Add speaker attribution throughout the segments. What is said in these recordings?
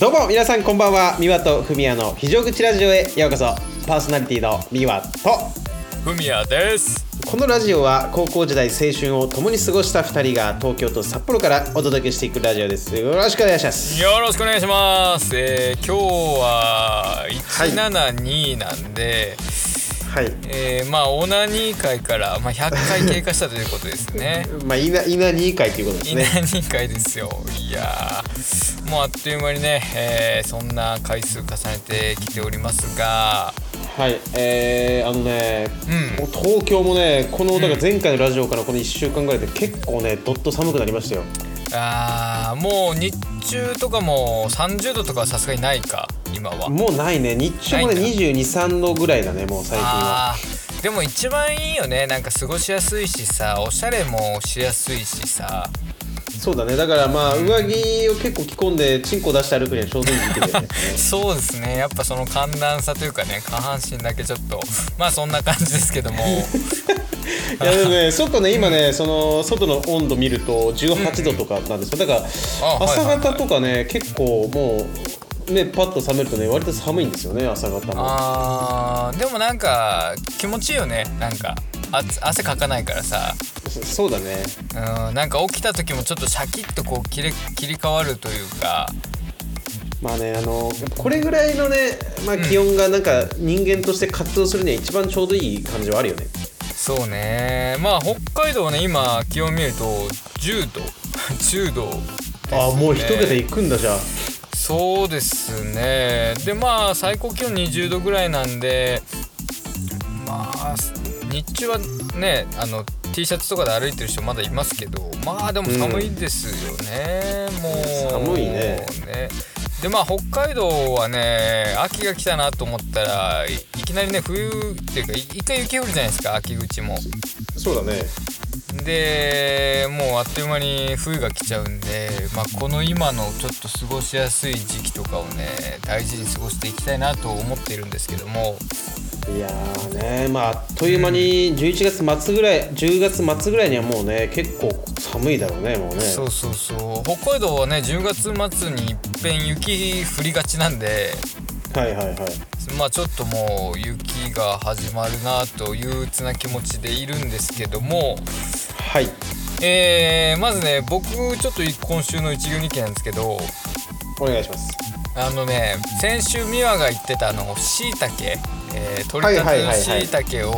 Speaker 1: どうも皆さんこんばんは三輪とふみやの非常口ラジオへようこそパーソナリティの三輪と
Speaker 2: ふみやです
Speaker 1: このラジオは高校時代青春を共に過ごした2人が東京と札幌からお届けしていくラジオですよろしくお願いします
Speaker 2: よろしくお願いします、えー、今日は172なんで、
Speaker 1: はい
Speaker 2: えーまあオナニー会から、まあ、100回経過したということですね
Speaker 1: まあいないな2回ということ です
Speaker 2: イナ
Speaker 1: ね
Speaker 2: ニー会ですよいやーもうあっという間にね、えーそんな回数重ねてきておりますが
Speaker 1: はいえー、あのね、
Speaker 2: うん
Speaker 1: 東京もねこのだから前回のラジオからこの1週間ぐらいで結構ねどっと寒くなりましたよ
Speaker 2: あーもう日中とかも30度とかはさすがにないか今は
Speaker 1: もうないね日中もね
Speaker 2: ない
Speaker 1: 2 2 3度ぐらいだねもう最近は
Speaker 2: あーでも一番いいよねなんか過ごしやすいしさおしゃれもしやすいしさ
Speaker 1: そうだねだからまあ上着を結構着込んでチンコ出して歩くにはちょうどいい時期 だよね
Speaker 2: そうですねやっぱその寒暖差というかね下半身だけちょっと まあそんな感じですけども
Speaker 1: いやでもねちょっとね今ねその外の温度見ると18度とかなんですよだから
Speaker 2: あ
Speaker 1: 朝
Speaker 2: はいはい
Speaker 1: 方とかね結構もうねパッと冷めるとね割と寒いんですよね朝方も
Speaker 2: あーでもなんか気持ちいいよねなんかあ汗かかないからさ
Speaker 1: そそうだね
Speaker 2: うんなんか起きた時もちょっとシャキッとこう切れ切り替わるというか
Speaker 1: まあねあのやっぱこれぐらいのね、まあ、気温がなんか人間として活動するには一番ちょうどいい感じはあるよね
Speaker 2: そうねまあ北海道はね今気温見ると10度 10度
Speaker 1: ああもう一
Speaker 2: ね
Speaker 1: 桁いくんだじゃあ
Speaker 2: そうですねでまあ最高気温20度ぐらいなんでまあ日中はねあの T シャツとかで歩いてる人まだいますけどまあでも寒いですよね、もう
Speaker 1: 寒いね
Speaker 2: でまあ北海道はね秋が来たなと思ったらいいきなりね冬っていうかい一回雪降るじゃないですか秋口も
Speaker 1: そうだね
Speaker 2: でもうあっという間に冬が来ちゃうんで、まあ、この今のちょっと過ごしやすい時期とかをね大事に過ごしていきたいなと思っているんですけども
Speaker 1: いやーねまああっという間に11月末ぐらい10月末ぐらいにはもうね結構寒いだろうねもうね
Speaker 2: そうそうそう北海道はね10月末にいっぺん雪降りがちなんで
Speaker 1: はいはいはい
Speaker 2: まあちょっともう雪が始まるなと憂鬱な気持ちでいるんですけども
Speaker 1: はい
Speaker 2: えー、まずね僕ちょっと今週の一行日記なんですけど
Speaker 1: お願いします
Speaker 2: あのね先週美和が言ってたあのしいたけ取
Speaker 1: はい
Speaker 2: り
Speaker 1: は
Speaker 2: た
Speaker 1: い
Speaker 2: て
Speaker 1: はいは
Speaker 2: の
Speaker 1: い
Speaker 2: しいたけを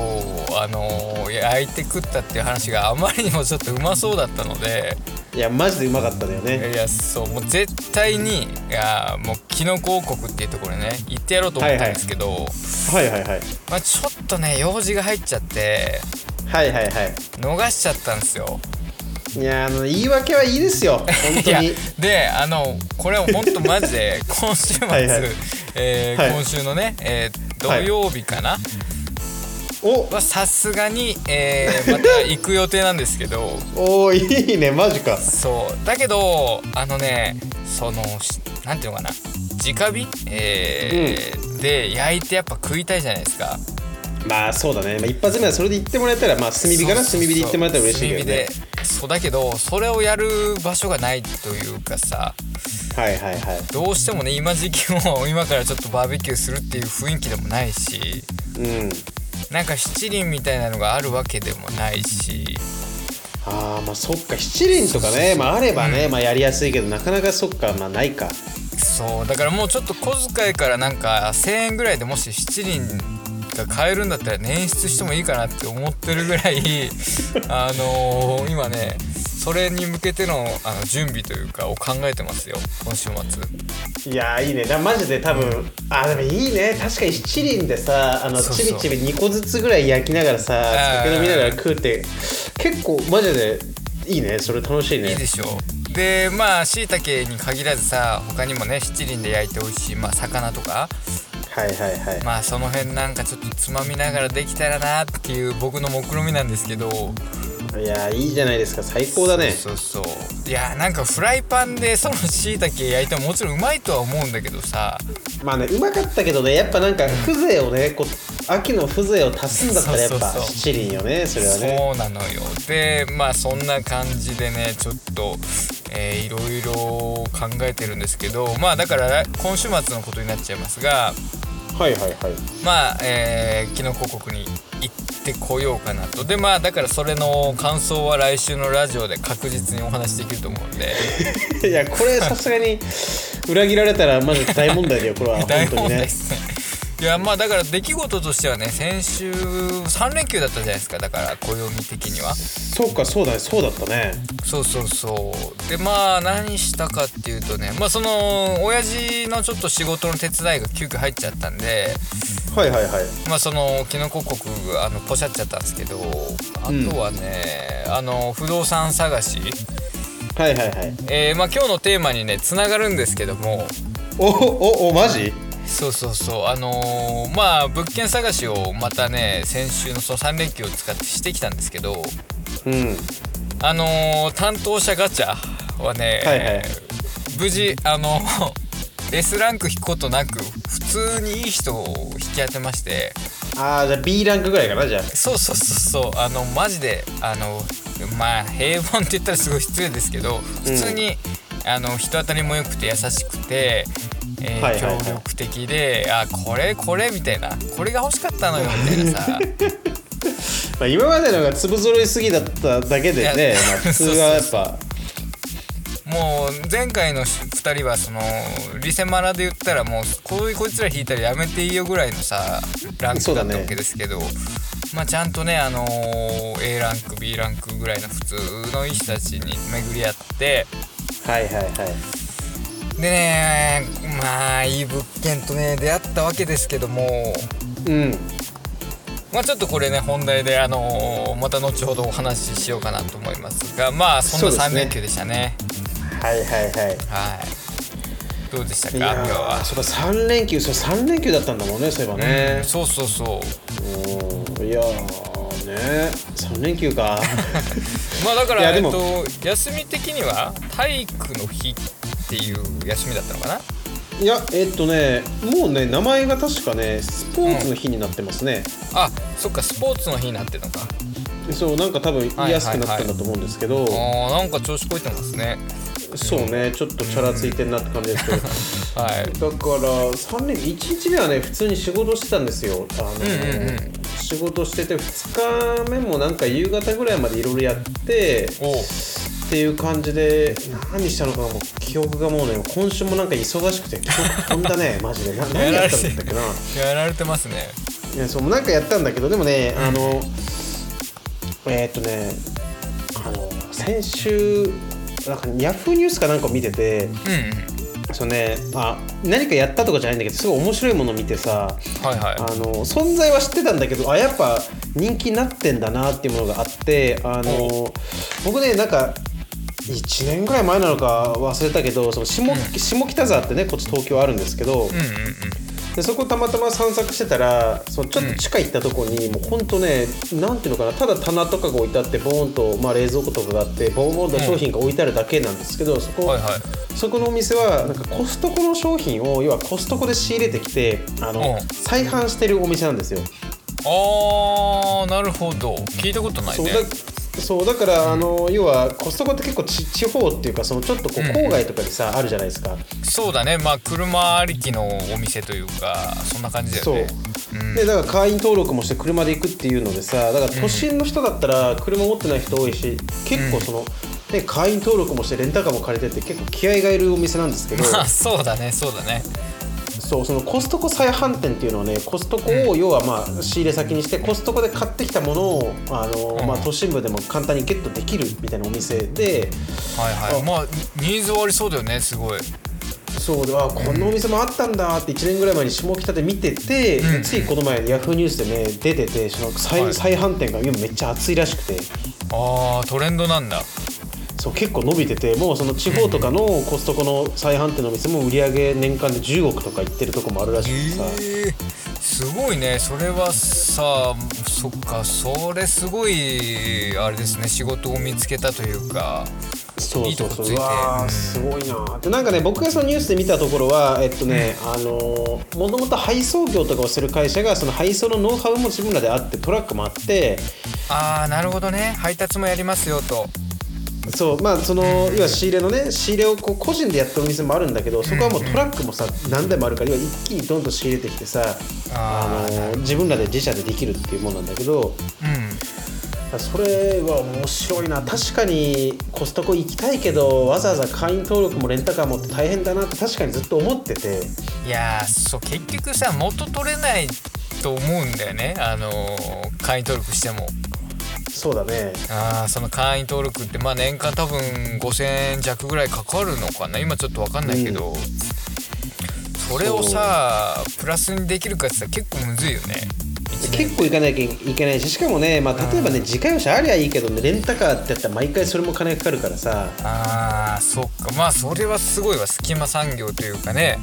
Speaker 2: あのー焼いて食ったっていう話があまりにもちょっとうまそうだったので
Speaker 1: いやマジでうまかっただよ
Speaker 2: い
Speaker 1: ね
Speaker 2: やそうもう絶対にいやもうキノコ王国っていうところにね行ってやろうと思ったんですけど、
Speaker 1: はいはいはい
Speaker 2: まあ、ちょっとね用事が入っちゃって
Speaker 1: はいはいは
Speaker 2: 逃しちゃったんですよ。
Speaker 1: いいやーあの言い訳はいいですよ本
Speaker 2: い
Speaker 1: 当
Speaker 2: や
Speaker 1: に
Speaker 2: であのこれは本当マジで今週末
Speaker 1: はいはい
Speaker 2: えー
Speaker 1: はい
Speaker 2: 今週のね、えー土
Speaker 1: はい
Speaker 2: 曜日かな、
Speaker 1: お
Speaker 2: はさすがに、えーまた行く予定なんですけど
Speaker 1: おーいいねマジか
Speaker 2: そうだけどあのねそのしなんていうのかな直火、えーで焼いてやっぱ食いたいじゃないですか
Speaker 1: まあそうだね、まあ、一発目はそれで言ってもらえたらまあ炭火かな炭
Speaker 2: そうそうそう
Speaker 1: 火で言ってもらえたら嬉しいけどね
Speaker 2: 炭火でそうだけどそれをやる場所がないというかさ
Speaker 1: はいはいはい
Speaker 2: どうしてもね今時期も 今からちょっとバーベキューするっていう雰囲気でもないし
Speaker 1: うん
Speaker 2: なんか七輪みたいなのがあるわけでもないし
Speaker 1: あーまあそっか七輪とかねまああればね、まあやりやすいけどなかなかそっかまあないか
Speaker 2: そうだからもうちょっと小遣いからなんか1,000円ぐらいでもし七輪が買えるんだったら捻出してもいいかなって思ってるぐらい あのー今ねそれに向けてのあの準備というかを考えてますよ今週末
Speaker 1: いやーいいねだマジで多分、あでもいいね確かに七輪でさあの
Speaker 2: そうそう
Speaker 1: ちびちび2個ずつぐらい焼きながらさ
Speaker 2: あー
Speaker 1: 酒飲みながら食うって結構マジでいいねそれ楽しいね
Speaker 2: いいでしょうでまあしいたけに限らずさ他にもね七輪で焼いて美味しい、まあ、魚とか
Speaker 1: はいはいはい
Speaker 2: まあその辺なんかちょっとつまみながらできたらなっていう僕の目論みなんですけど
Speaker 1: いやいいじゃないですか最高だね
Speaker 2: そうそういやなんかフライパンでその椎茸焼いてももちろんうまいとは思うんだけどさ
Speaker 1: まあねうまかったけどねやっぱなんか風情をねこう秋の風情を足すんだったらやっぱ
Speaker 2: そうそうそう
Speaker 1: 七輪よねそれはね
Speaker 2: そうなのよでまあそんな感じでねちょっと、えーいろいろ考えてるんですけどまあだから来今週末のことになっちゃいますが
Speaker 1: はいはいはい
Speaker 2: まあえー、キノコ国に行ってこようかなとでまあだからそれの感想は来週のラジオで確実にお話しできると思うんで
Speaker 1: いやこれさすがに裏切られたらまず大問題だよこれは
Speaker 2: 大
Speaker 1: 本当
Speaker 2: 問
Speaker 1: に
Speaker 2: 題
Speaker 1: ね
Speaker 2: ですねいやまあだから出来事としてはね先週3連休だったじゃないですかだから暦的には
Speaker 1: そうかそうだねそうだったね
Speaker 2: そうそうそうでまあ何したかっていうとねまあその親父のちょっと仕事の手伝いが急遽入っちゃったんで
Speaker 1: はいはいはい
Speaker 2: まあそのキノコ国あのポシャっちゃったんですけどあとはね、あの不動産探し、
Speaker 1: はいはいはい
Speaker 2: えーまあ、今日のテーマにねつながるんですけども
Speaker 1: おおおマジ
Speaker 2: そうそうそうあのーまあ物件探しをまたね先週のその3連休を使ってしてきたんですけど
Speaker 1: うん
Speaker 2: あのー担当者ガチャはね、
Speaker 1: はいはい
Speaker 2: 無事あの S ランク引くことなく普通にいい人を引き当てまして
Speaker 1: ああじゃあ B ランクぐらいかなじゃあ
Speaker 2: そうそうそうそうあのマジであのまあ平凡って言ったらすごい失礼ですけど普通に、あの人当たりも良くて優しくて、えー
Speaker 1: はいはいはい
Speaker 2: 協力的であこれこれみたいなこれが欲しかったのよみたいな さ
Speaker 1: まあ、今までのが粒揃いすぎだっただけで
Speaker 2: いや
Speaker 1: ね、まあ、普通はやっぱ
Speaker 2: もう前回の2人はそのリセマラで言ったらもうこうこいつら引いたらやめていいよぐらいのさランク
Speaker 1: そう
Speaker 2: だ
Speaker 1: だ
Speaker 2: っ
Speaker 1: ね
Speaker 2: たわけですけど、まあちゃんとねあのー A ランク B ランクぐらいの普通のいい人たちに巡り合って。
Speaker 1: はいはいはい
Speaker 2: でねまあいい物件とね出会ったわけですけども
Speaker 1: うん
Speaker 2: まあちょっとこれね本題であのーまた後ほどお話ししようかなと思いますがまあそん
Speaker 1: そうで
Speaker 2: な
Speaker 1: す
Speaker 2: 3
Speaker 1: ね
Speaker 2: 連休でしたね
Speaker 1: はいはいはい
Speaker 2: はいどうでした
Speaker 1: い
Speaker 2: か
Speaker 1: や
Speaker 2: 今日は
Speaker 1: ーそうか3連休そう3連休だったんだもんねそういえばね
Speaker 2: そうそうそう
Speaker 1: うんいやーね3連休か
Speaker 2: まあだか
Speaker 1: いや
Speaker 2: ら
Speaker 1: で
Speaker 2: えっ
Speaker 1: も
Speaker 2: と休み的には体育の日っていう休みだったのかない
Speaker 1: やえっとねもうね名前が確かねスポーツの日になってますね、
Speaker 2: あそっかスポーツの日になってるのか
Speaker 1: そうなんか多分言いやすくなったんだと思うんですけど、
Speaker 2: あーなんか調子こいてますね
Speaker 1: そうねちょっとチャラついてんなって感じですけど、
Speaker 2: はい
Speaker 1: だから3連1日目はね普通に仕事してたんですよあの、仕事してて2日目もなんか夕方ぐらいまでいろいろやって
Speaker 2: おう
Speaker 1: っていう感じで何したのかなもう記憶がもうね今週もなんか忙しくて記憶飛んだ ねマジでな何やったんだったっけな
Speaker 2: やられてますね
Speaker 1: いやそうなんかやったんだけどでもねあのえーっとねあの先週なんかヤフーニュースかなんかを見てて
Speaker 2: うんうん
Speaker 1: そうねあ何かやったとかじゃないんだけどすごい面白いものを見てさ
Speaker 2: はいはい
Speaker 1: あの存在は知ってたんだけどあやっぱ人気になってんだなっていうものがあってあの僕ねなんか1年ぐらい前なのか忘れたけどその下,、下北沢ってねこっち東京あるんですけど、
Speaker 2: うんうんうん
Speaker 1: でそこたまたま散策してたらそのちょっと地下行ったとこに、もうほんとねなんていうのかなただ棚とかが置いてあってボーンと、まあ、冷蔵庫とかがあってボーンボーンと商品が置いてあるだけなんですけど、そこ、
Speaker 2: はいはい
Speaker 1: そこのお店はなんかコストコの商品を要はコストコで仕入れてきてあの、
Speaker 2: うん
Speaker 1: 再販してるお店なんですよ。
Speaker 2: あーなるほど聞いたことない
Speaker 1: そう
Speaker 2: ね
Speaker 1: だそうだから、あの要はコストコって結構ち地方っていうかそのちょっとこう
Speaker 2: うん
Speaker 1: 郊外とかにさ、あるじゃないですか。
Speaker 2: そうだねまあ車ありきのお店というかそんな感じだよねうん
Speaker 1: でだから会員登録もして車で行くっていうのでさだから都心の人だったら車持ってない人多いし結構その、ね、会員登録もしてレンタカーも借りてって結構気合がいるお店なんです けど。
Speaker 2: まあ そうだねそうだね
Speaker 1: そうそのコストコ再販店っていうのはねコストコを要はまあ仕入れ先にしてコストコで買ってきたものをあの、
Speaker 2: うん
Speaker 1: まあ、都心部でも簡単にゲットできるみたいなお店で
Speaker 2: はいは
Speaker 1: あ
Speaker 2: いまあニーズはありそうだよねすごい
Speaker 1: そうであこんなお店もあったんだって1年ぐらい前に下北で見てて、
Speaker 2: うん
Speaker 1: でついこの前ヤフーニュースでね出ててその再,、
Speaker 2: はい
Speaker 1: 再販店が今めっちゃ熱いらしくて
Speaker 2: あートレンドなんだ
Speaker 1: そう結構伸びててもうその地方とかのコストコの再販店のお店も売り上げ年間で10億とかいってるとこもあるらしくてさ。
Speaker 2: えー、すごいねそれはさそっかそれすごいあれですね仕事を見つけたというか
Speaker 1: そうそうそう
Speaker 2: いいとこついて
Speaker 1: うわーすごいなでなんかね僕がそのニュースで見たところはえっとね、あのーもともと配送業とかをしてる会社がその配送のノウハウも自分らであってトラックもあって
Speaker 2: ああなるほどね配達もやりますよと
Speaker 1: そうまあその要は仕入れのね仕入れをこう個人でやってるお店もあるんだけどそこはもうトラックもさ何台もあるから要は一気にどんどん仕入れてきてさあ
Speaker 2: あー
Speaker 1: のー自分らで自社でできるっていうもんなんだけど
Speaker 2: うん
Speaker 1: それは面白いな確かにコストコ行きたいけどわざわざ会員登録もレンタカーもって大変だなって確かにずっと思ってて
Speaker 2: いやーそう結局さ元取れないと思うんだよねあのー会員登録しても
Speaker 1: そうだね
Speaker 2: あーその会員登録ってまあ年間多分5,000円弱ぐらいかかるのかな今ちょっと分かんないけど、それをさプラスにできるかってさ結構むずいよね
Speaker 1: 結構行かなきゃいけないししかもね、まあ、例えばね自家用車ありゃいいけどねレンタカーってやったら毎回それも金がかかるからさ
Speaker 2: あーそっかまあそれはすごいわ隙間産業というかね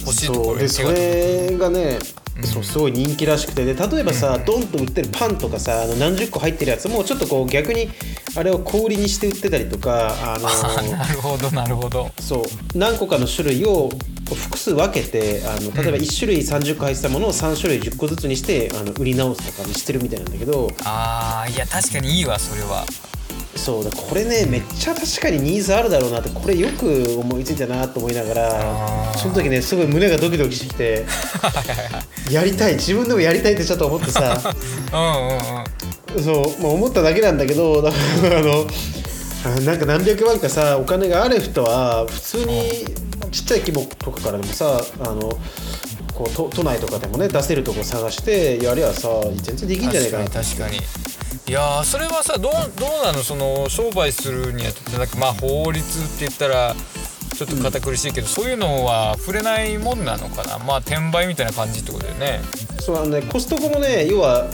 Speaker 2: 欲しいとこ
Speaker 1: そう
Speaker 2: ろ
Speaker 1: で
Speaker 2: に
Speaker 1: そ
Speaker 2: 手が届く
Speaker 1: れがね、そうすごい人気らしくてで例えばさ、ドンと売ってるパンとかさあの何十個入ってるやつもちょっとこう逆にあれを氷にして売ってたりとかあの
Speaker 2: あーなるほどなるほど
Speaker 1: そう何個かの種類を複数分けてあの例えば1種類30個入ってたものを3種類10個ずつにしてあの売り直すとかにしてるみたいなんだけど
Speaker 2: あーいや確かにいいわそれは
Speaker 1: そうだこれねめっちゃ確かにニーズあるだろうなってこれよく思いついたなと思いながら
Speaker 2: あー
Speaker 1: その時ねすごい胸がドキドキしてきて やりたい自分でもやりたいってちょっと思ってさ
Speaker 2: うんうんうん
Speaker 1: そう、まあ、思っただけなんだけど だからあのあなんか何百万かさお金がある人は普通にちっちゃい規模とかからでもさあのこう都都内とかでもね出せるとこ探してやりゃさ全然できんじゃないかなって
Speaker 2: 確かに確かにいやーそれはさどうどうなのその商売するにあたってなんかまあ法律って言ったらちょっと堅苦しいけど、そういうのは触れないもんなのかなまあ転売みたいな感じってことだよね
Speaker 1: そうあのねコストコもね要は
Speaker 2: うん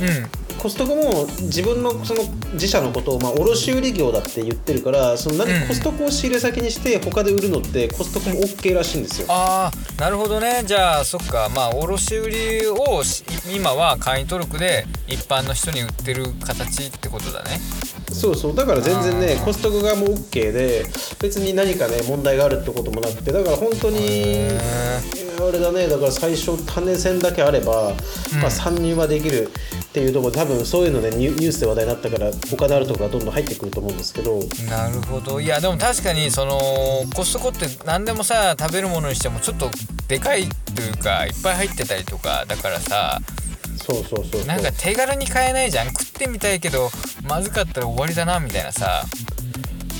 Speaker 1: コストコも自分のその自社のことをまあ卸売業だって言ってるからその何
Speaker 2: うん
Speaker 1: コストコを仕入れ先にして他で売るのってコストコも OK らしいんですよ。
Speaker 2: ああなるほどねじゃあそっかまあ卸売をし今は会員登録で一般の人に売ってる形ってことだね
Speaker 1: そうそうだから全然ね
Speaker 2: あー
Speaker 1: コストコがもう OK で別に何かね問題があるってこともなくてだから本当に
Speaker 2: へー
Speaker 1: あれだねだから最初種銭だけあれば、まあ、参入はできるっていうところ多分そういうので、ね、ニュニュースで話題になったからお金あるとこがどんどん入ってくると思うんですけど
Speaker 2: なるほどいやでも確かにそのコストコって何でもさ食べるものにしてもちょっとでかいというかいっぱい入ってたりとかだからさ
Speaker 1: そうそうそうそう
Speaker 2: なんか手軽に買えないじゃん食ってみたいけどまずかったら終わりだなみたいなさ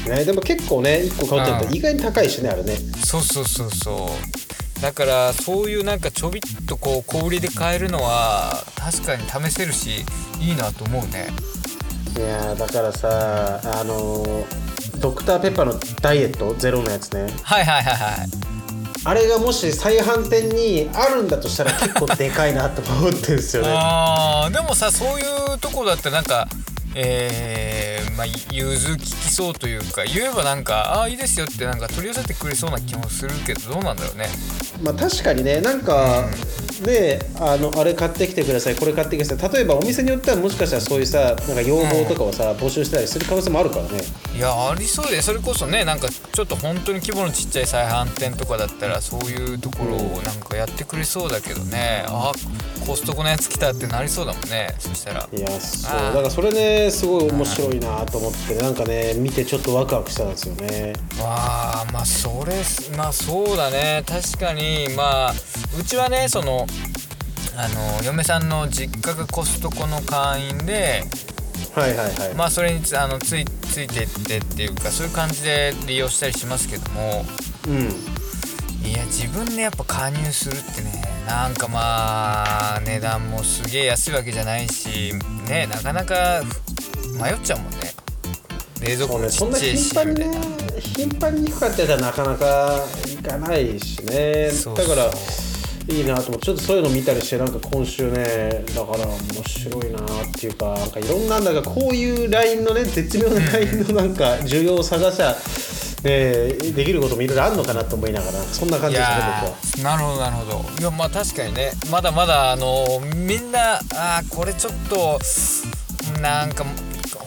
Speaker 1: ね、でも結構ね1個買うってなったら
Speaker 2: うん
Speaker 1: 意外に高いしねあれね
Speaker 2: そうそうそうそうだからそういうなんかちょびっとこう小売りで買えるのは確かに試せるしいいなと思うね
Speaker 1: いやーだからさあのードクターペッパーのダイエットゼロのやつね
Speaker 2: はいはいはいはい
Speaker 1: あれがもし再販店にあるんだとしたら結構でかいなと思ってるんですよ ね
Speaker 2: あーでもさそういうとこだってなんかえー、まあ融通利きそうというか言えばなんかああーいいですよってなんか取り寄せてくれそうな気もするけどどうなんだろうね
Speaker 1: まあ確かにねなんかであのあれ買ってきてくださいこれ買ってきてください例えばお店によってはもしかしたらそういうさなんか要望とかをさ、募集してたりする可能性もあるからね
Speaker 2: いやありそうでそれこそねなんかちょっと本当に規模のちっちゃい再販店とかだったらそういうところをなんかやってくれそうだけどねあコストコのやつ来たってなりそうだもんねそしたら
Speaker 1: いやそう
Speaker 2: あ
Speaker 1: だ
Speaker 2: ー
Speaker 1: からそれねすごい面白いなと思ってなんかね見てちょっとワクワクしたんですよね
Speaker 2: わあまあそれまあそうだね確かにまあうちはねそのあの嫁さんの実家がコストコの会員で
Speaker 1: はいはいはい、
Speaker 2: まあそれにつあのついついてってっていうかそういう感じで利用したりしますけども
Speaker 1: うん
Speaker 2: いや自分でやっぱ加入するってねなんかまあ値段もすげえ安いわけじゃないしねなかなか迷っちゃうもんね冷蔵
Speaker 1: そ
Speaker 2: 庫
Speaker 1: う
Speaker 2: も
Speaker 1: ね、
Speaker 2: ち
Speaker 1: そん
Speaker 2: っ
Speaker 1: な
Speaker 2: ちゃい
Speaker 1: 頻
Speaker 2: し
Speaker 1: 繁
Speaker 2: み
Speaker 1: に
Speaker 2: たい
Speaker 1: ね
Speaker 2: な。
Speaker 1: 頻繁に行くかってやったらなかなか行かないしね
Speaker 2: そう
Speaker 1: だからいいなと思ってちょっとそういうの見たりしてなんか今週ねだから面白いなっていうかなんかいろんななんかこういうラインのね絶妙なラインのなんか需要を探しゃえーできることもいろいろあるのかなと思いながらそんな感
Speaker 2: い
Speaker 1: じですね
Speaker 2: やーなるほどなるほどいやまあ確かにねまだまだあのーみんなあーこれちょっとなんか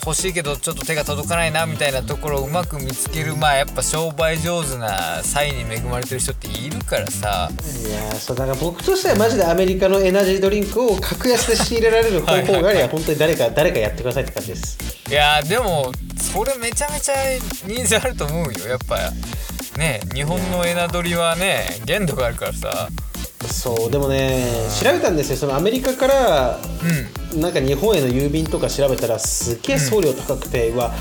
Speaker 2: 欲しいけどちょっと手が届かないなみたいなところをうまく見つけるまあやっぱ商売上手な才に恵まれてる人っているからさ
Speaker 1: 僕はいやーそうだから僕としてはマジでアメリカのエナジードリンクを格安で仕入れられる方法があれば本当に誰か誰かやってくださいって感じです
Speaker 2: いやーでもそれめちゃめちゃニーズあると思うよやっぱね日本のエナドリはね限度があるからさ
Speaker 1: そうでもね調べたんですよそのアメリカから
Speaker 2: うん
Speaker 1: なんか日本への郵便とか調べたらすげえ送料高くて、うわ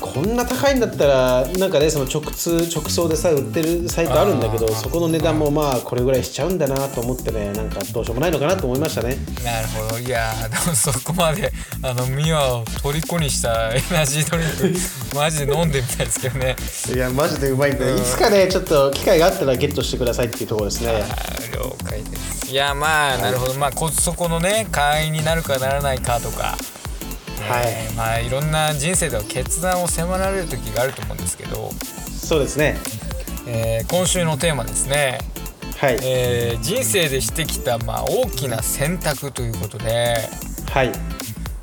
Speaker 1: こんな高いんだったらなんかねその直通直送でさ売ってるサイトあるんだけど
Speaker 2: あー
Speaker 1: そこの値段もまあこれぐらいしちゃうんだなと思ってねなんかどうしようもないのかなと思いましたね
Speaker 2: なるほどいやーでもそこまであのミワを虜にしたエナジードリン クマジで飲んでみたいですけどね
Speaker 1: いやマジでうまいんだいつかねちょっと機会があったらゲットしてくださいっていうところですね
Speaker 2: あー了解ですいやまあなるほどまあこそこのね会員になるかならないかとか、
Speaker 1: はい
Speaker 2: えーまあいろんな人生では決断を迫られる時があると思うんですけど、
Speaker 1: そうですね
Speaker 2: えー今週のテーマですね、
Speaker 1: はい
Speaker 2: えー人生でしてきた、まあ、大きな選択ということで。
Speaker 1: はい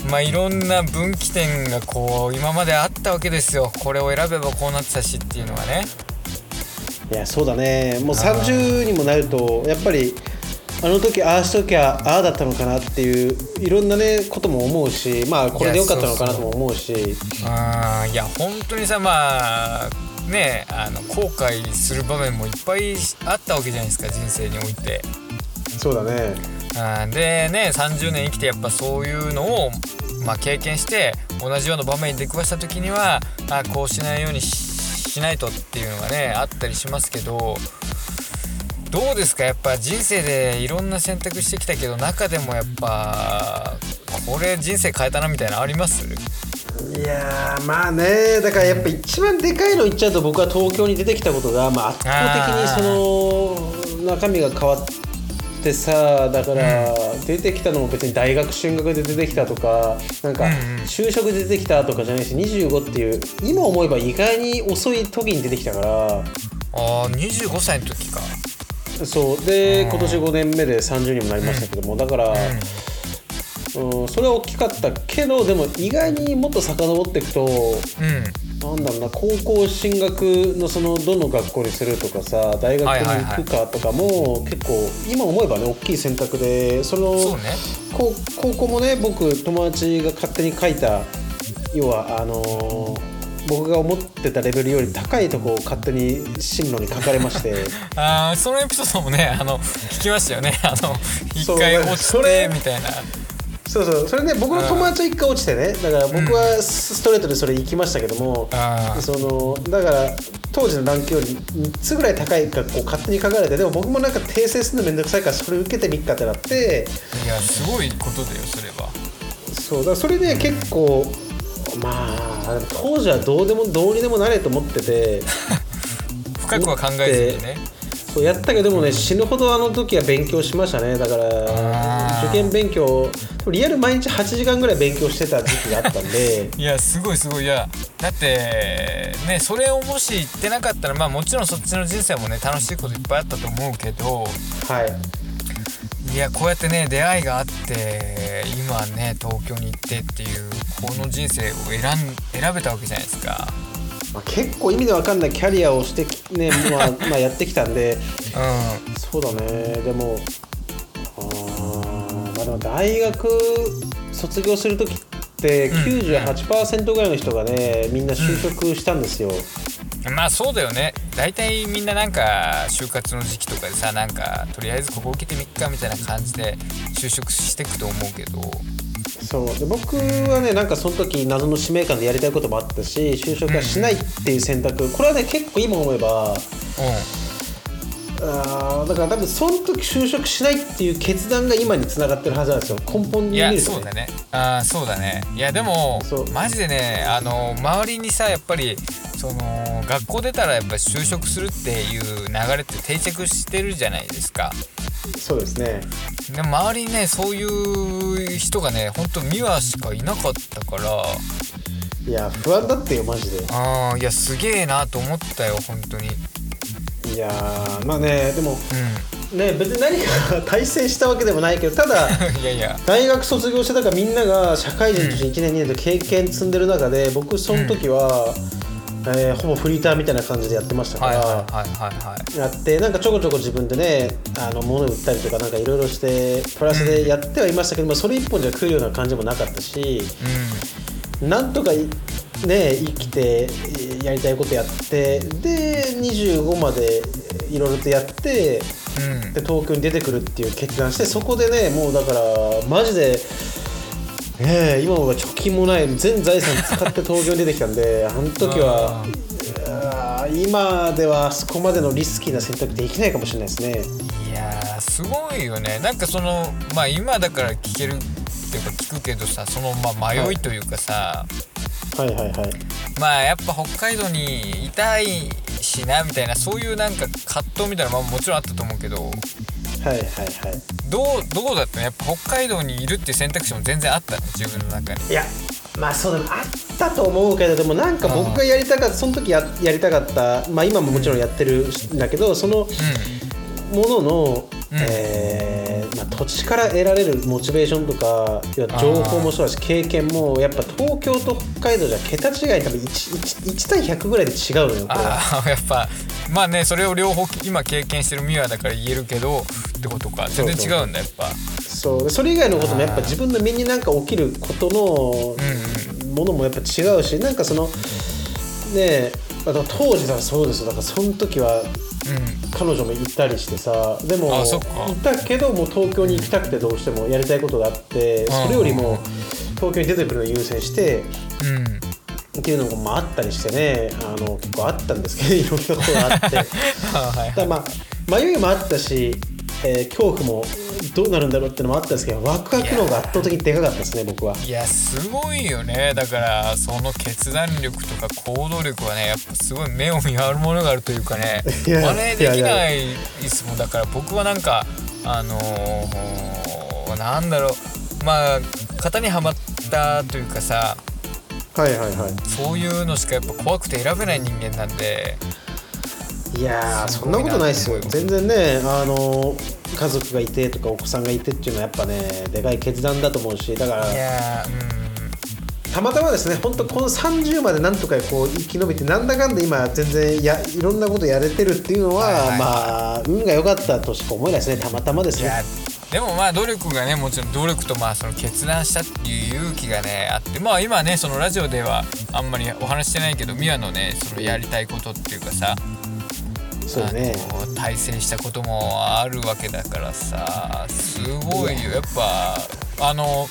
Speaker 2: まあ、いろんな分岐点がこう今まであったわけですよこれを選べばこうなってたしっていうのがね
Speaker 1: いやそうだねもう30にもなるとやっぱりあの時ああしときゃああだったのかなっていういろんなねことも思うしまあこれでよかったのかなとも思うし
Speaker 2: あーいや本当にさまあねあの後悔する場面もいっぱいあったわけじゃないですか人生において。
Speaker 1: そうだね
Speaker 2: あーでね30年生きてやっぱそういうのを、まあ、経験して同じような場面に出くわした時にはあーこうしないようにししないとっていうのがねあったりしますけどどうですかやっぱ人生でいろんな選択してきたけど中でもやっぱこれ人生変えたなみたいなのあります
Speaker 1: いやーまあねだからやっぱ一番でかいの言っちゃうと僕は東京に出てきたことが、まあ、圧倒的にその中身が変わってさだから出てきたのも別に大学進学で出てきたとかなんか
Speaker 2: うんうん
Speaker 1: 就職で出てきたとかじゃないし25っていう今思えば意外に遅い時に出てきたから
Speaker 2: あー25歳の時か
Speaker 1: そうで今年5年目で30にもなりましたけどもだから。うん、それは大きかったけどでも意外にもっと遡っていくと
Speaker 2: うん、う
Speaker 1: な
Speaker 2: ん、
Speaker 1: んだろうな高校進学のそのどの学校にするとかさ大学に行くかとかも結構今思えばね大きい選択でその
Speaker 2: そうね
Speaker 1: こう高校もね僕友達が勝手に書いた要はあのー僕が思ってたレベルより高いとこを勝手に進路に書かれまして
Speaker 2: あーそのエピソードもねあの聞きましたよねあの一
Speaker 1: そう
Speaker 2: 回落ち
Speaker 1: それ
Speaker 2: てみたいな
Speaker 1: そうそうそれね僕の友達は一回落ちてねだから僕はストレートでそれ行きましたけども、
Speaker 2: あー
Speaker 1: そのだから当時のランクより3つぐらい高い学校勝手に書かれてでも僕もなんか訂正するの面倒くさいからそれ受けてみっかってなって
Speaker 2: いやすごいことだよそれは
Speaker 1: そうだからそれで結構まあ当時はどうでもどうにでもなれと思ってて
Speaker 2: 深くは考えずにね
Speaker 1: そうやったけどでもね死ぬほどあの時は勉強しましたねだから
Speaker 2: あー
Speaker 1: 受験勉強でもリアル毎日8時間ぐらい勉強してた時期があったんで
Speaker 2: いやすごいすごいいやだってねそれをもし言ってなかったらまあもちろんそっちの人生もね楽しいこといっぱいあったと思うけど
Speaker 1: はい。
Speaker 2: いやこうやってね出会いがあって今ね東京に行ってっていうこの人生を選ん選べたわけじゃないですか。
Speaker 1: まあ、結構意味のわかんないキャリアをしてき、ねまあ、 まあやってきたんで
Speaker 2: うん
Speaker 1: そうだねでもあーまあでも大学卒業する時って
Speaker 2: うん
Speaker 1: 98%ぐらいの人がねみんな就職したんですよ、
Speaker 2: まあそうだよね大体みんななんか就活の時期とかでさなんかとりあえずここ受けてみっかみたいな感じで就職してくと思うけど
Speaker 1: そうで僕はねなんかその時謎の使命感でやりたいこともあったし就職はしないっていう選択これはね結構今思えばあーだから多分その時就職しないっていう決断が今につながってるはずなんですよ根本
Speaker 2: う
Speaker 1: に
Speaker 2: んい
Speaker 1: 見
Speaker 2: や
Speaker 1: ると
Speaker 2: そうだねあーそうだねいやでも
Speaker 1: そう
Speaker 2: マジでねあの周りにさやっぱりその学校出たらやっぱ就職するっていう流れって定着してるじゃないですか
Speaker 1: そうですね
Speaker 2: で周りにねそういう人がねほんと美和しかいなかったから
Speaker 1: いや不安だってよマジで
Speaker 2: ああいやすげえなと思ったよ本当に うん
Speaker 1: いやーまあねでもね別に何か 対戦したわけでもないけどた だ
Speaker 2: いやいや
Speaker 1: 大学卒業してだからみんなが社会人として1年2年と経験積んでる中で僕その時は、えーほぼフリーターみたいな感じでやってましたか
Speaker 2: はい
Speaker 1: ら、
Speaker 2: はいはいはいはい
Speaker 1: やってなんかちょこちょこ自分でねあの物売ったりとかなんかいろいろしてプラスでやってはいましたけど、まあ、それ一本じゃ食うような感じもなかったし
Speaker 2: う
Speaker 1: なんとかいね生きてえやりたいことやってで25までいろいろとやって
Speaker 2: んうん
Speaker 1: で東京に出てくるっていう決断してそこでねもうだからマジで。ねえ今は貯金もない全財産使って東京に出てきたんであの時は
Speaker 2: あ
Speaker 1: あー今ではあそこまでのリスキーな選択できないかもしれないですね。
Speaker 2: いやーすごいよねなんかそのまあ今だから聞けるっていうか聞くけどさそのまあ迷いというかさ、
Speaker 1: はいはいはい。
Speaker 2: まあやっぱ北海道にいたいしなみたいなそういうなんか葛藤みたいなのももちろんあったと思うけど
Speaker 1: はいはいはい。
Speaker 2: どうどうだったのやっぱ北海道にいるっていう選択肢も全然あったの自分の中に
Speaker 1: いや、まあそうでもあったと思うけど、でもなんか僕がやりたかった、その時ややりたかった、まあ今ももちろんやってるんだけど、そのものの、
Speaker 2: うん
Speaker 1: えーまあ、土地から得られるモチベーションとか、いや情報もそうだし、経験も、やっぱ東京と北海道じゃ桁違い、多分 1, 1, 1対100ぐらいで違うのよ、これは。
Speaker 2: ああ やっぱまあねそれを両方今経験してるミュアだから言えるけどってことか全然違うんだやっぱ
Speaker 1: そうそれ以外のこともやっぱ自分の身になんか起きることのものもやっぱ違うし、なんかそのねえあと当時だからそうですよだからその時は
Speaker 2: うん
Speaker 1: 彼女も行ったりしてさでも
Speaker 2: あそっか
Speaker 1: 行ったけどもう東京に行きたくてどうしてもやりたいことがあって
Speaker 2: ん
Speaker 1: それよりも東京に出てくるのを優先して
Speaker 2: うん
Speaker 1: っていうのもあったりしてねあの結構あったんですけどいろんなことがあって。
Speaker 2: あーはい
Speaker 1: だからまあ迷いもあったし、えー恐怖もどうなるんだろうってのもあったんですけどワクワクの方が圧倒的にでかかったですね僕はい
Speaker 2: やすごいよねだからその決断力とか行動力はねやっぱすごい目を見張るものがあるというかね
Speaker 1: いや
Speaker 2: 真似で
Speaker 1: い
Speaker 2: き
Speaker 1: や
Speaker 2: ないですもんだから僕はなんかあのーなんだろうまあ型にはまったというかさ
Speaker 1: はいはいは
Speaker 2: そういうのしかやっぱ怖くて選べない人間なんで
Speaker 1: いいやー
Speaker 2: す
Speaker 1: そん
Speaker 2: ごい
Speaker 1: な
Speaker 2: な
Speaker 1: ことないですよ
Speaker 2: すごい
Speaker 1: 全然ねあのー家族がいてとかお子さんがいてっていうのはやっぱねでかい決断だと思うしだから
Speaker 2: いやーうん
Speaker 1: たまたまですね本当この30までなんとかこう生き延びてなんだかんだ今全然やいろんなことやれてるっていうのは、
Speaker 2: はいはい
Speaker 1: まあ運が良かったとしか思えないですねたまたまです
Speaker 2: い
Speaker 1: ね
Speaker 2: やでもまあ努力がねもちろん努力とまあその決断したっていう勇気がねあってまあ今ねそのラジオではあんまりお話ししてないけどミワのねそのやりたいことっていうかさ
Speaker 1: そうね
Speaker 2: あの対戦したこともあるわけだからさすごいよやっぱあの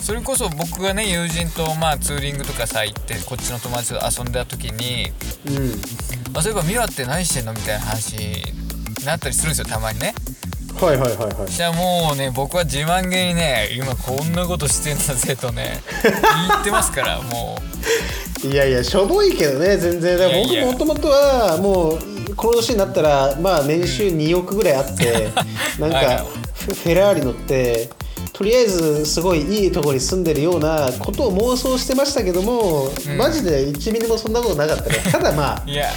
Speaker 2: それこそ僕がね友人とまあツーリングとかさ行ってこっちの友達と遊んだ時に
Speaker 1: うん
Speaker 2: 「あそういえばミワって何してんの?」みたいな話になったりするんですよたまにね。
Speaker 1: はいはいはいはい
Speaker 2: じゃあもうね僕は自慢げにね今こんなことしてんだぜと ね言ってますからも
Speaker 1: いやいやしょぼいけどね全然だから
Speaker 2: いやいや
Speaker 1: 僕もともとはもうこの年になったらまあ年収2億ぐらいあって なん
Speaker 2: はいはい
Speaker 1: かフェラーリ乗ってとりあえずすごいいいところに住んでるようなことを妄想してましたけども、マジで1ミリもそんなことなかった ねただまあ
Speaker 2: ういや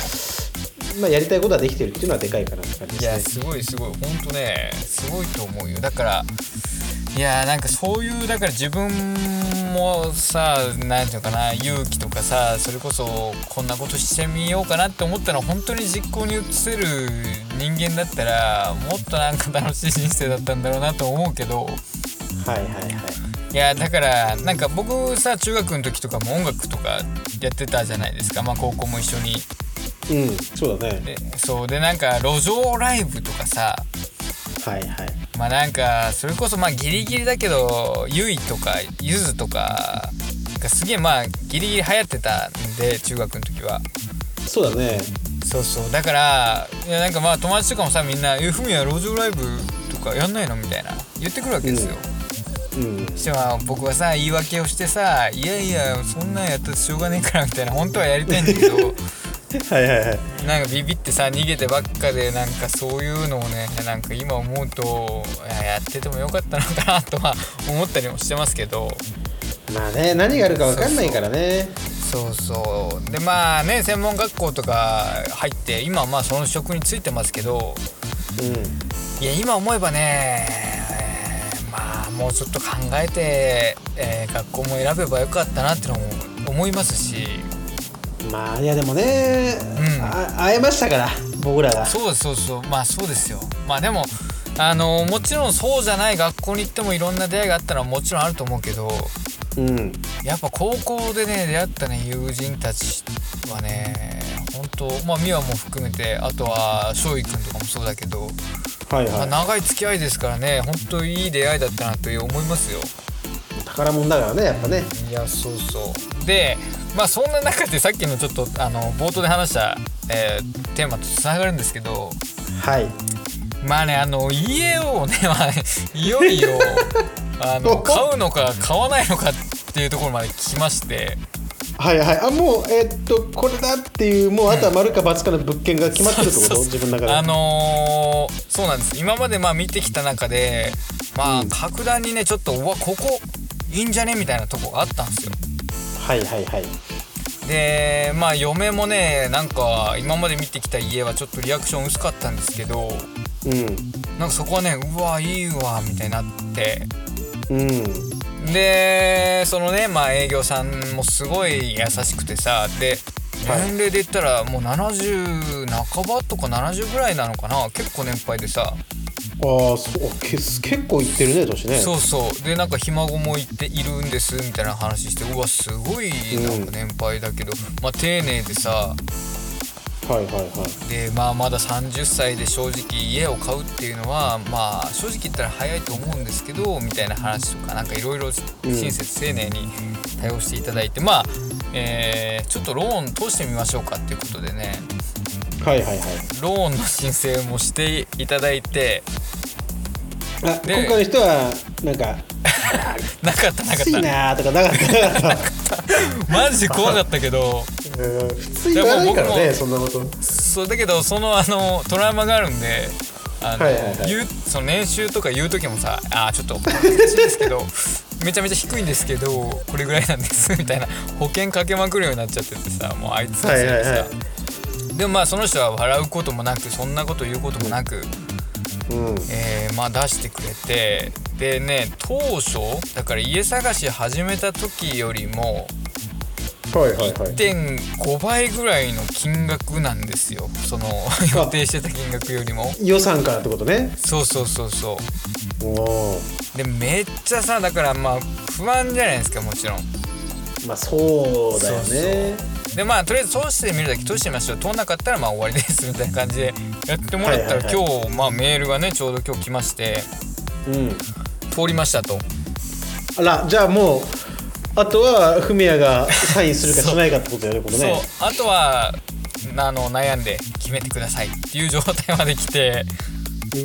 Speaker 1: まあやりたいことはできてるっていうのはでかいかなって感じ
Speaker 2: い
Speaker 1: で
Speaker 2: や
Speaker 1: すね
Speaker 2: すごいすごいほんとねすごいと思うよだからいやなんかそういうだから自分もさ何ていうのかな勇気とかさそれこそこんなことしてみようかなって思ったのは本当に実行に移せる人間だったらもっとなんか楽しい人生だったんだろうなと思うけど。
Speaker 1: はいはいはい
Speaker 2: いやだからなんか僕さ中学の時とかも音楽とかやってたじゃないですか、まあ、高校も一緒に
Speaker 1: うんそうだね
Speaker 2: でそうでなんか路上ライブとかさ
Speaker 1: はいはい
Speaker 2: まあなんかそれこそまあギリギリだけどゆいとかゆずとかがすげえまあギリギリ流行ってたんで中学の時は
Speaker 1: そうだね
Speaker 2: そうそうだからいやなんかまあ友達とかもさみんな「えふみは路上ライブとかやんないの?」みたいな言ってくるわけですよ、
Speaker 1: うん
Speaker 2: そしてまあ僕はさ言い訳をしてさ「いやいやそんなんやったらしょうがねえから」みたいな本当はやりたいんだけど
Speaker 1: はいはいはい
Speaker 2: なんかビビってさ逃げてばっかでなんかそういうのをねなんか今思うといややっててもよかったのかなとは思ったりもしてますけど
Speaker 1: まあね何があるか分かんないからね
Speaker 2: そうそうでまあね専門学校とか入って今はまあその職に就いてますけど
Speaker 1: う
Speaker 2: いや今思えばね、えーまあもうちょっと考えて、えー学校も選べばよかったなってのも思いますし
Speaker 1: んまあいやでもね、
Speaker 2: うん
Speaker 1: あ会えましたから僕らが
Speaker 2: そうですそうそうまあそうですよまあでもあのもちろんそうじゃない学校に行ってもいろんな出会いがあったのはもちろんあると思うけど
Speaker 1: うん
Speaker 2: やっぱ高校でね出会ったね友人たちはね本当まあ美和も含めてあとは翔く君とかもそうだけど、
Speaker 1: はい
Speaker 2: まあ
Speaker 1: は
Speaker 2: 長い付き合いですからね本当いい出会いだったなという思いますよ
Speaker 1: い宝物だからねやっぱね
Speaker 2: いやそうそうでまあそんな中でさっきのちょっとあの冒頭で話した、えーテーマとつながるんですけど
Speaker 1: はい
Speaker 2: まあねあの家をね、まあ、いよいよ あの買うのか買わないのかっていうところまで来まして
Speaker 1: はいはいあもうえっとこれだっていうもうあとは丸か×かの物件が決まってるってこと、
Speaker 2: そうそう
Speaker 1: 自分の中で
Speaker 2: あのーそうなんです今までまあ見てきた中でまあ格段にねちょっとうわここいいんじゃねみたいなとこがあったんですよ
Speaker 1: はいはいはい
Speaker 2: でまあ嫁もねなんか今まで見てきた家はちょっとリアクション薄かったんですけど
Speaker 1: う
Speaker 2: なんかそこはねうわいいわみたいになって
Speaker 1: んうん
Speaker 2: でそのねまあ営業さんもすごい優しくてさで
Speaker 1: はい
Speaker 2: 年齢で言ったらもう70半ばとか70ぐらいなのかな結構年配でさ
Speaker 1: ああそうけ結構いってるね年ね
Speaker 2: そうそうでなんかひ孫もいているんですみたいな話してうわすごいなんか年配だけど、まあ丁寧でさ
Speaker 1: はいはいはい
Speaker 2: でまあまだ30歳で正直家を買うっていうのはまあ正直言ったら早いと思うんですけどみたいな話とかなんかいろいろ
Speaker 1: うん
Speaker 2: 親切丁寧に対応していただいて、まあ、えーちょっとローン通してみましょうかっていうことでね
Speaker 1: はいはいはい
Speaker 2: ローンの申請もしていただいて
Speaker 1: あ
Speaker 2: で
Speaker 1: 今回の人はなんか
Speaker 2: なかっ
Speaker 1: 「
Speaker 2: たなか
Speaker 1: き
Speaker 2: っ
Speaker 1: つい
Speaker 2: た
Speaker 1: な」とかなかったなかっ た
Speaker 2: マジで怖かったけど
Speaker 1: うん普通言わないから
Speaker 2: でも僕
Speaker 1: ね
Speaker 2: も
Speaker 1: そんなこと
Speaker 2: そうだけどそのあのトラウマがあるんで。あの
Speaker 1: はいはいはい
Speaker 2: 言うその年収とか言う時もさ「あーちょっと恥ずかしいですけどめちゃめちゃ低いんですけどこれぐらいなんです」 みたいな保険かけまくるようになっちゃっててさもうあいつのせいでさ、
Speaker 1: はいはいは
Speaker 2: でもまあその人は笑うこともなくそんなこと言うこともなく、
Speaker 1: うん
Speaker 2: えーまあ出してくれてでね当初だから家探し始めた時よりも
Speaker 1: はいはいはい
Speaker 2: 1.5倍ぐらいの金額なんですよその予定してた金額よりも
Speaker 1: 予算からってことね
Speaker 2: そうそうそうそ
Speaker 1: おお
Speaker 2: うでめっちゃさだからまあ不安じゃないですかもちろん
Speaker 1: まあそうだよね
Speaker 2: でまあとりあえず通してみるだけ通してみましょう通んなかったらまあ終わりですみたいな感じでやってもらったら、
Speaker 1: はいはいは
Speaker 2: 今日まあメールがねちょうど今日来まして
Speaker 1: うん
Speaker 2: 通りましたと
Speaker 1: あらじゃあもうあとはフミヤがサインするかしないかってことやることね
Speaker 2: そうあとはあの悩んで決めてくださいっていう状態まで来て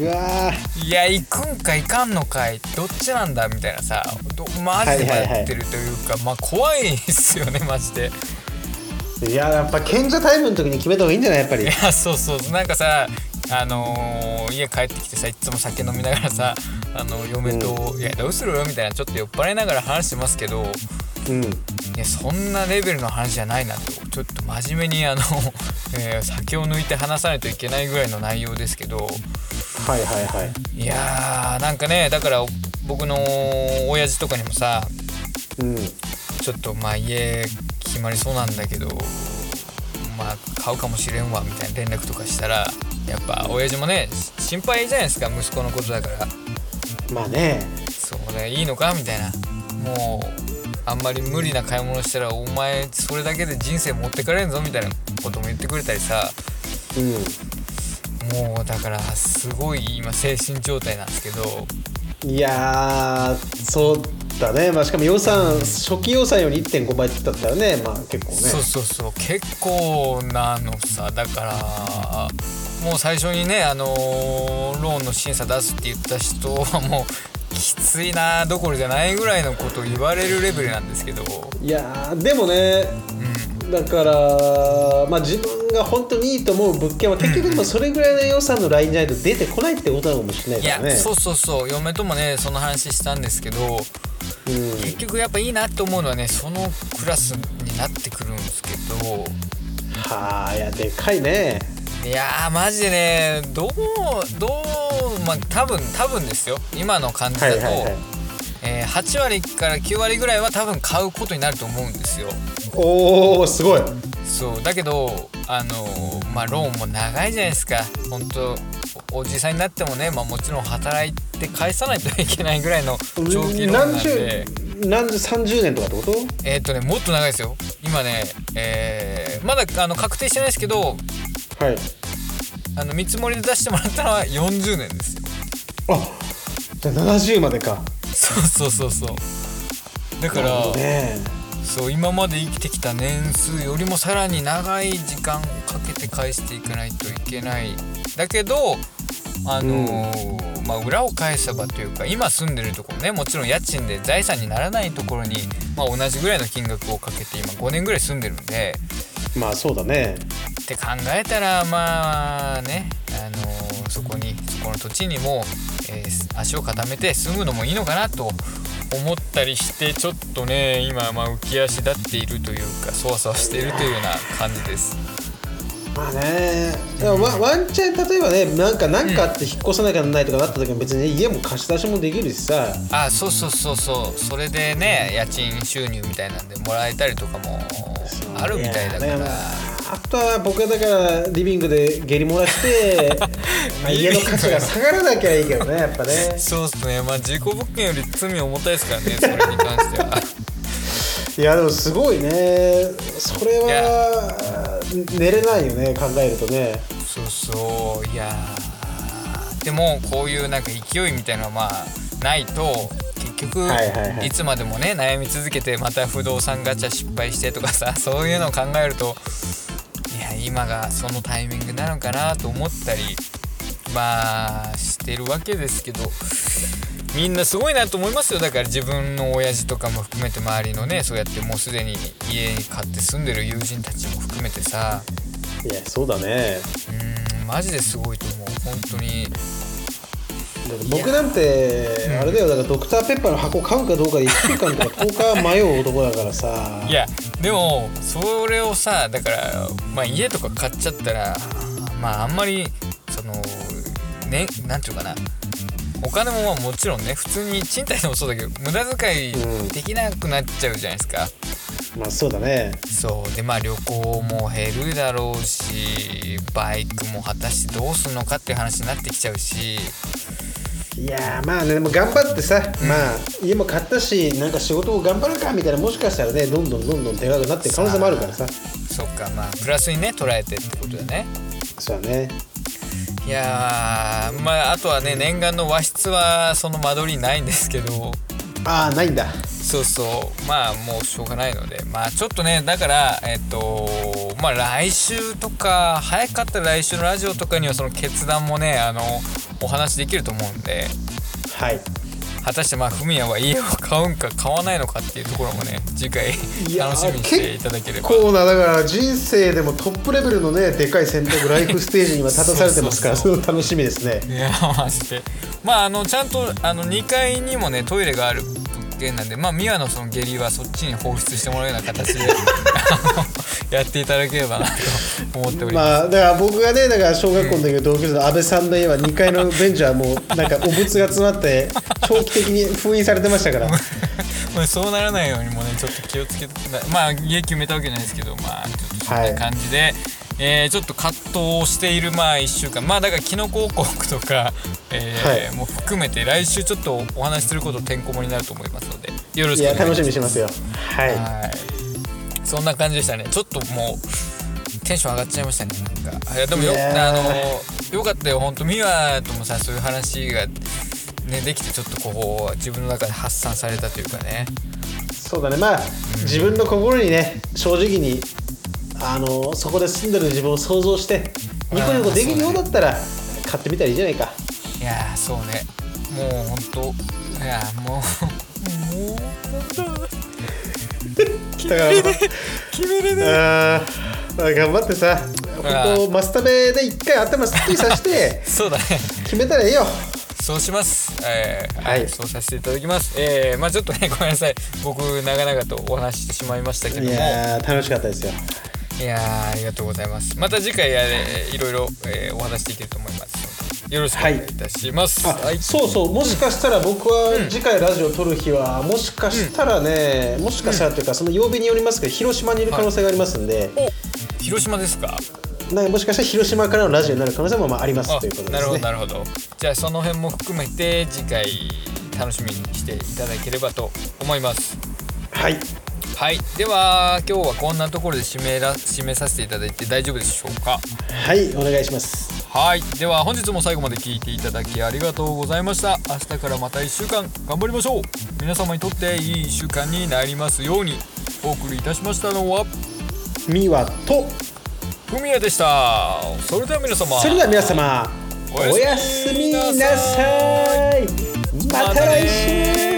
Speaker 1: うわー
Speaker 2: いや行くんか行かんのかいどっちなんだみたいなさどマジで迷ってるというか、まあ怖いですよねマジで
Speaker 1: いややっぱ賢者タイムの時に決めた方がいいんじゃないやっぱり
Speaker 2: いや そうそうなんかさあのー家帰ってきてさいつも酒飲みながらさあの嫁と「いやどうする?」みたいなちょっと酔っ払いながら話してますけど
Speaker 1: うん
Speaker 2: いやそんなレベルの話じゃないなとちょっと真面目にあの、 えー酒を抜いて話さないといけないぐらいの内容ですけど
Speaker 1: はいはいはい
Speaker 2: いやーなんかねだから僕の親父とかにもさ
Speaker 1: うん
Speaker 2: ちょっとまあ家決まりそうなんだけどまあ買うかもしれんわみたいな連絡とかしたらやっぱ親父もね心配じゃないですか息子のことだから
Speaker 1: まあね
Speaker 2: そうねいいのかみたいなもうあんまり無理な買い物したらお前それだけで人生持ってかれんぞみたいなことも言ってくれたりさ
Speaker 1: う
Speaker 2: もうだからすごい今精神状態なんですけど
Speaker 1: んいやーそうだねまあしかも予算初期予算より1.5倍って言ったらねまあ結構ね
Speaker 2: そうそうそう結構なのさだからもう最初にねあのーローンの審査出すって言った人はもうきついなどころじゃないぐらいのことを言われるレベルなんですけど、
Speaker 1: いやーでもね
Speaker 2: う、
Speaker 1: だからまあ自分が本当にいいと思う物件は結局でもそれぐらいの予算のラインじゃないと出てこないってことなのかもしれなんい
Speaker 2: い
Speaker 1: か
Speaker 2: や
Speaker 1: ら、ね
Speaker 2: そうそうそう嫁ともねその話したんですけど
Speaker 1: うん
Speaker 2: 結局やっぱいいなって思うのはねそのクラスにになってくるんですけど
Speaker 1: はあいやでかいね
Speaker 2: いやーマジでねどうどうまあ多分多分ですよ今の感じ
Speaker 1: は
Speaker 2: だ
Speaker 1: い
Speaker 2: と、
Speaker 1: はいはい
Speaker 2: えー8割から9割ぐらいは多分買うことになると思うんですよ
Speaker 1: おおすごい
Speaker 2: そうだけどあのーまあローンも長いじゃないですか本当おおじさんになってもね、まあ、もちろん働いて返さないといけないぐらいの長期ローンなん
Speaker 1: 何
Speaker 2: で
Speaker 1: 十何十30年とかってこと
Speaker 2: えっ、とねもっと長いですよ今ね、えーまだあの確定してないですけど
Speaker 1: はい
Speaker 2: あの見積もりで出してもらったのは40年ですよ
Speaker 1: あじゃあ70までか
Speaker 2: そうそうそうそうだか
Speaker 1: なる
Speaker 2: ら
Speaker 1: ほどね
Speaker 2: そう今まで生きてきた年数よりもさらに長い時間をかけて返していかないといけないだけどあのーまあ、裏を返せばというか今住んでるところねもちろん家賃で財産にならないところに、まあ、同じぐらいの金額をかけて今5年ぐらい住んでるんで
Speaker 1: まあそうだね
Speaker 2: って考えたらまあね、あのーそこにそこの土地にも、えー足を固めて住むのもいいのかなと思ったりしてちょっとね今、まあ、浮き足立っているというかそわそわしているというような感じです。
Speaker 1: まあねでもワワンチャン例えばねなんかなんかあって引っ越さなきゃならないとかなった時も別に家も貸し出しもできるしさ
Speaker 2: あそうそうそうそうそれでね家賃収入みたいなんでもらえたりとかもあるみたいだか
Speaker 1: やね
Speaker 2: ら。
Speaker 1: あとは僕はだからリビングで下痢漏らして まあ家の価値が下がらなきゃいいけどねやっぱね
Speaker 2: そうっすねまあ事故物件より罪重たいですからねそれに関しては。
Speaker 1: いやでもすごいねそれ
Speaker 2: い
Speaker 1: は寝れないよね考えるとね
Speaker 2: そうそういやーでもこういうなんか勢いみたいなのはまあないと結局、
Speaker 1: はい
Speaker 2: い
Speaker 1: はいはい
Speaker 2: つまでもね悩み続けてまた不動産ガチャ失敗してとかさ そういうのを考えるといや今がそのタイミングなのかなと思ったりまあしてるわけですけどみんなすごいなと思いますよだから自分の親父とかも含めて周りのねそうやってもうすでに家買って住んでる友人たちも含めてさ
Speaker 1: いやそうだね
Speaker 2: うーんマジですごいと思う本当に
Speaker 1: だって僕なんてあれだよだからドクターペッパーの箱買うかどうかで1週間とか10日迷う男だからさ
Speaker 2: いやでもそれをさだから、まあ、家とか買っちゃったらまああんまりそのねなんていうかなお金もまあもちろんね普通に賃貸でもそうだけど無駄遣い
Speaker 1: うん
Speaker 2: できなくなっちゃうじゃないですか、
Speaker 1: まあそうだね
Speaker 2: そうでまあ旅行も減るだろうしバイクも果たしてどうすんのかっていう話になってきちゃうし
Speaker 1: いやーまあねでも頑張ってさ、まあ家も買ったしなんか仕事も頑張るかみたいなもしかしたらねどんどんどんどん手軽になってる可能性もあるからさ
Speaker 2: そっかまあプラスにね捉えてってことだね
Speaker 1: そうだね
Speaker 2: いやーまああとはね念願の和室はその間取りないんですけど
Speaker 1: ああないんだ
Speaker 2: そうそうまあもうしょうがないのでまあちょっとねだからえっとまあ来週とか早かったら来週のラジオとかにはその決断もねあのお話できると思うんで
Speaker 1: はい
Speaker 2: 果たしてまあフミヤは家を買うんか買わないのかっていうところもね次回
Speaker 1: いやー
Speaker 2: 楽しみにしていただければ
Speaker 1: 結構なだから人生でもトップレベルのねでかい選択ライフステージに今立たされてますからそ
Speaker 2: そ
Speaker 1: れも楽しみですね
Speaker 2: いやマジでまああのちゃんとあの2階にもねトイレがある物件なんでまあ美和のその下痢はそっちに放出してもらうような形で あのやっていただければなと思っておりま
Speaker 1: ま
Speaker 2: す、
Speaker 1: あだから僕がねだから小学校の時の同級生の安倍さんの家は2階のベンチはもうなんかお仏が詰まって長期的に封印されてましたから
Speaker 2: まあ、 そうならないようにもねちょっと気をつけてまあ家決めたわけじゃないですけどまあちょっとそん
Speaker 1: はい
Speaker 2: な感じで、えーちょっと葛藤をしているまあ1週間まあだからキノコ王国とか、えー
Speaker 1: は
Speaker 2: も含めて来週ちょっとお話しすることてんこ盛りになると思いますのでよろ
Speaker 1: い
Speaker 2: しく
Speaker 1: や
Speaker 2: お願いします
Speaker 1: 楽しみにしますよはい
Speaker 2: はい。そんな感じでしたね。ちょっともうテンション上がっちゃいましたね。なんか。いやでもよ
Speaker 1: いやー
Speaker 2: あのよかったよ。本当ミワともさそういう話がねできてちょっとこう自分の中で発散されたというかね。
Speaker 1: そうだねまあ自分の心にね正直にあのそこで住んでる自分を想像してニコニコできるようだったら買ってみたらいいじゃないか
Speaker 2: いやーそうね。もう本当いやーも うもうなんだ
Speaker 1: だから
Speaker 2: 決めれない。
Speaker 1: あーまあ頑張ってさ本 当マスタベで一回頭すっきりさせて
Speaker 2: そうだね。
Speaker 1: 決めたらいいよ
Speaker 2: そうします。えー
Speaker 1: はい
Speaker 2: そうさせていただきます。えーまあちょっとねごめんなさい僕長々とお話ししてしまいましたけど
Speaker 1: い
Speaker 2: も。
Speaker 1: やー楽しかったですよ
Speaker 2: いやーありがとうございます。また次回えーいろいろ、えーお話しできると思いますので。よろしくお願いいたします。
Speaker 1: あ、
Speaker 2: はい。
Speaker 1: そうそうもしかしたら僕は次回ラジオ撮る日はもしかしたらね、もしかしたらというかその曜日によりますけど広島にいる可能性がありますんで、
Speaker 2: お広島ですか。
Speaker 1: なんかもしかしたら広島からのラジオになる可能性もまああります
Speaker 2: あ
Speaker 1: ということで
Speaker 2: なる
Speaker 1: す
Speaker 2: ほど
Speaker 1: ね
Speaker 2: なるほど。じゃあその辺も含めて次回楽しみにしていただければと思います。
Speaker 1: はい
Speaker 2: はい。では今日はこんなところで締めら締めさせていただいて大丈夫でしょうか。
Speaker 1: はいお願いします
Speaker 2: はい。では本日も最後まで聞いていただきありがとうございました。明日からまた1週間頑張りましょう。皆様にとっていい1週間になりますようにお送りいたしましたのは
Speaker 1: ミワと
Speaker 2: ふみやでした。それでは皆様。
Speaker 1: それでは皆様
Speaker 2: お
Speaker 1: お
Speaker 2: や
Speaker 1: や
Speaker 2: す
Speaker 1: す
Speaker 2: み
Speaker 1: み
Speaker 2: な
Speaker 1: な
Speaker 2: さ
Speaker 1: さいまた来週、
Speaker 2: またね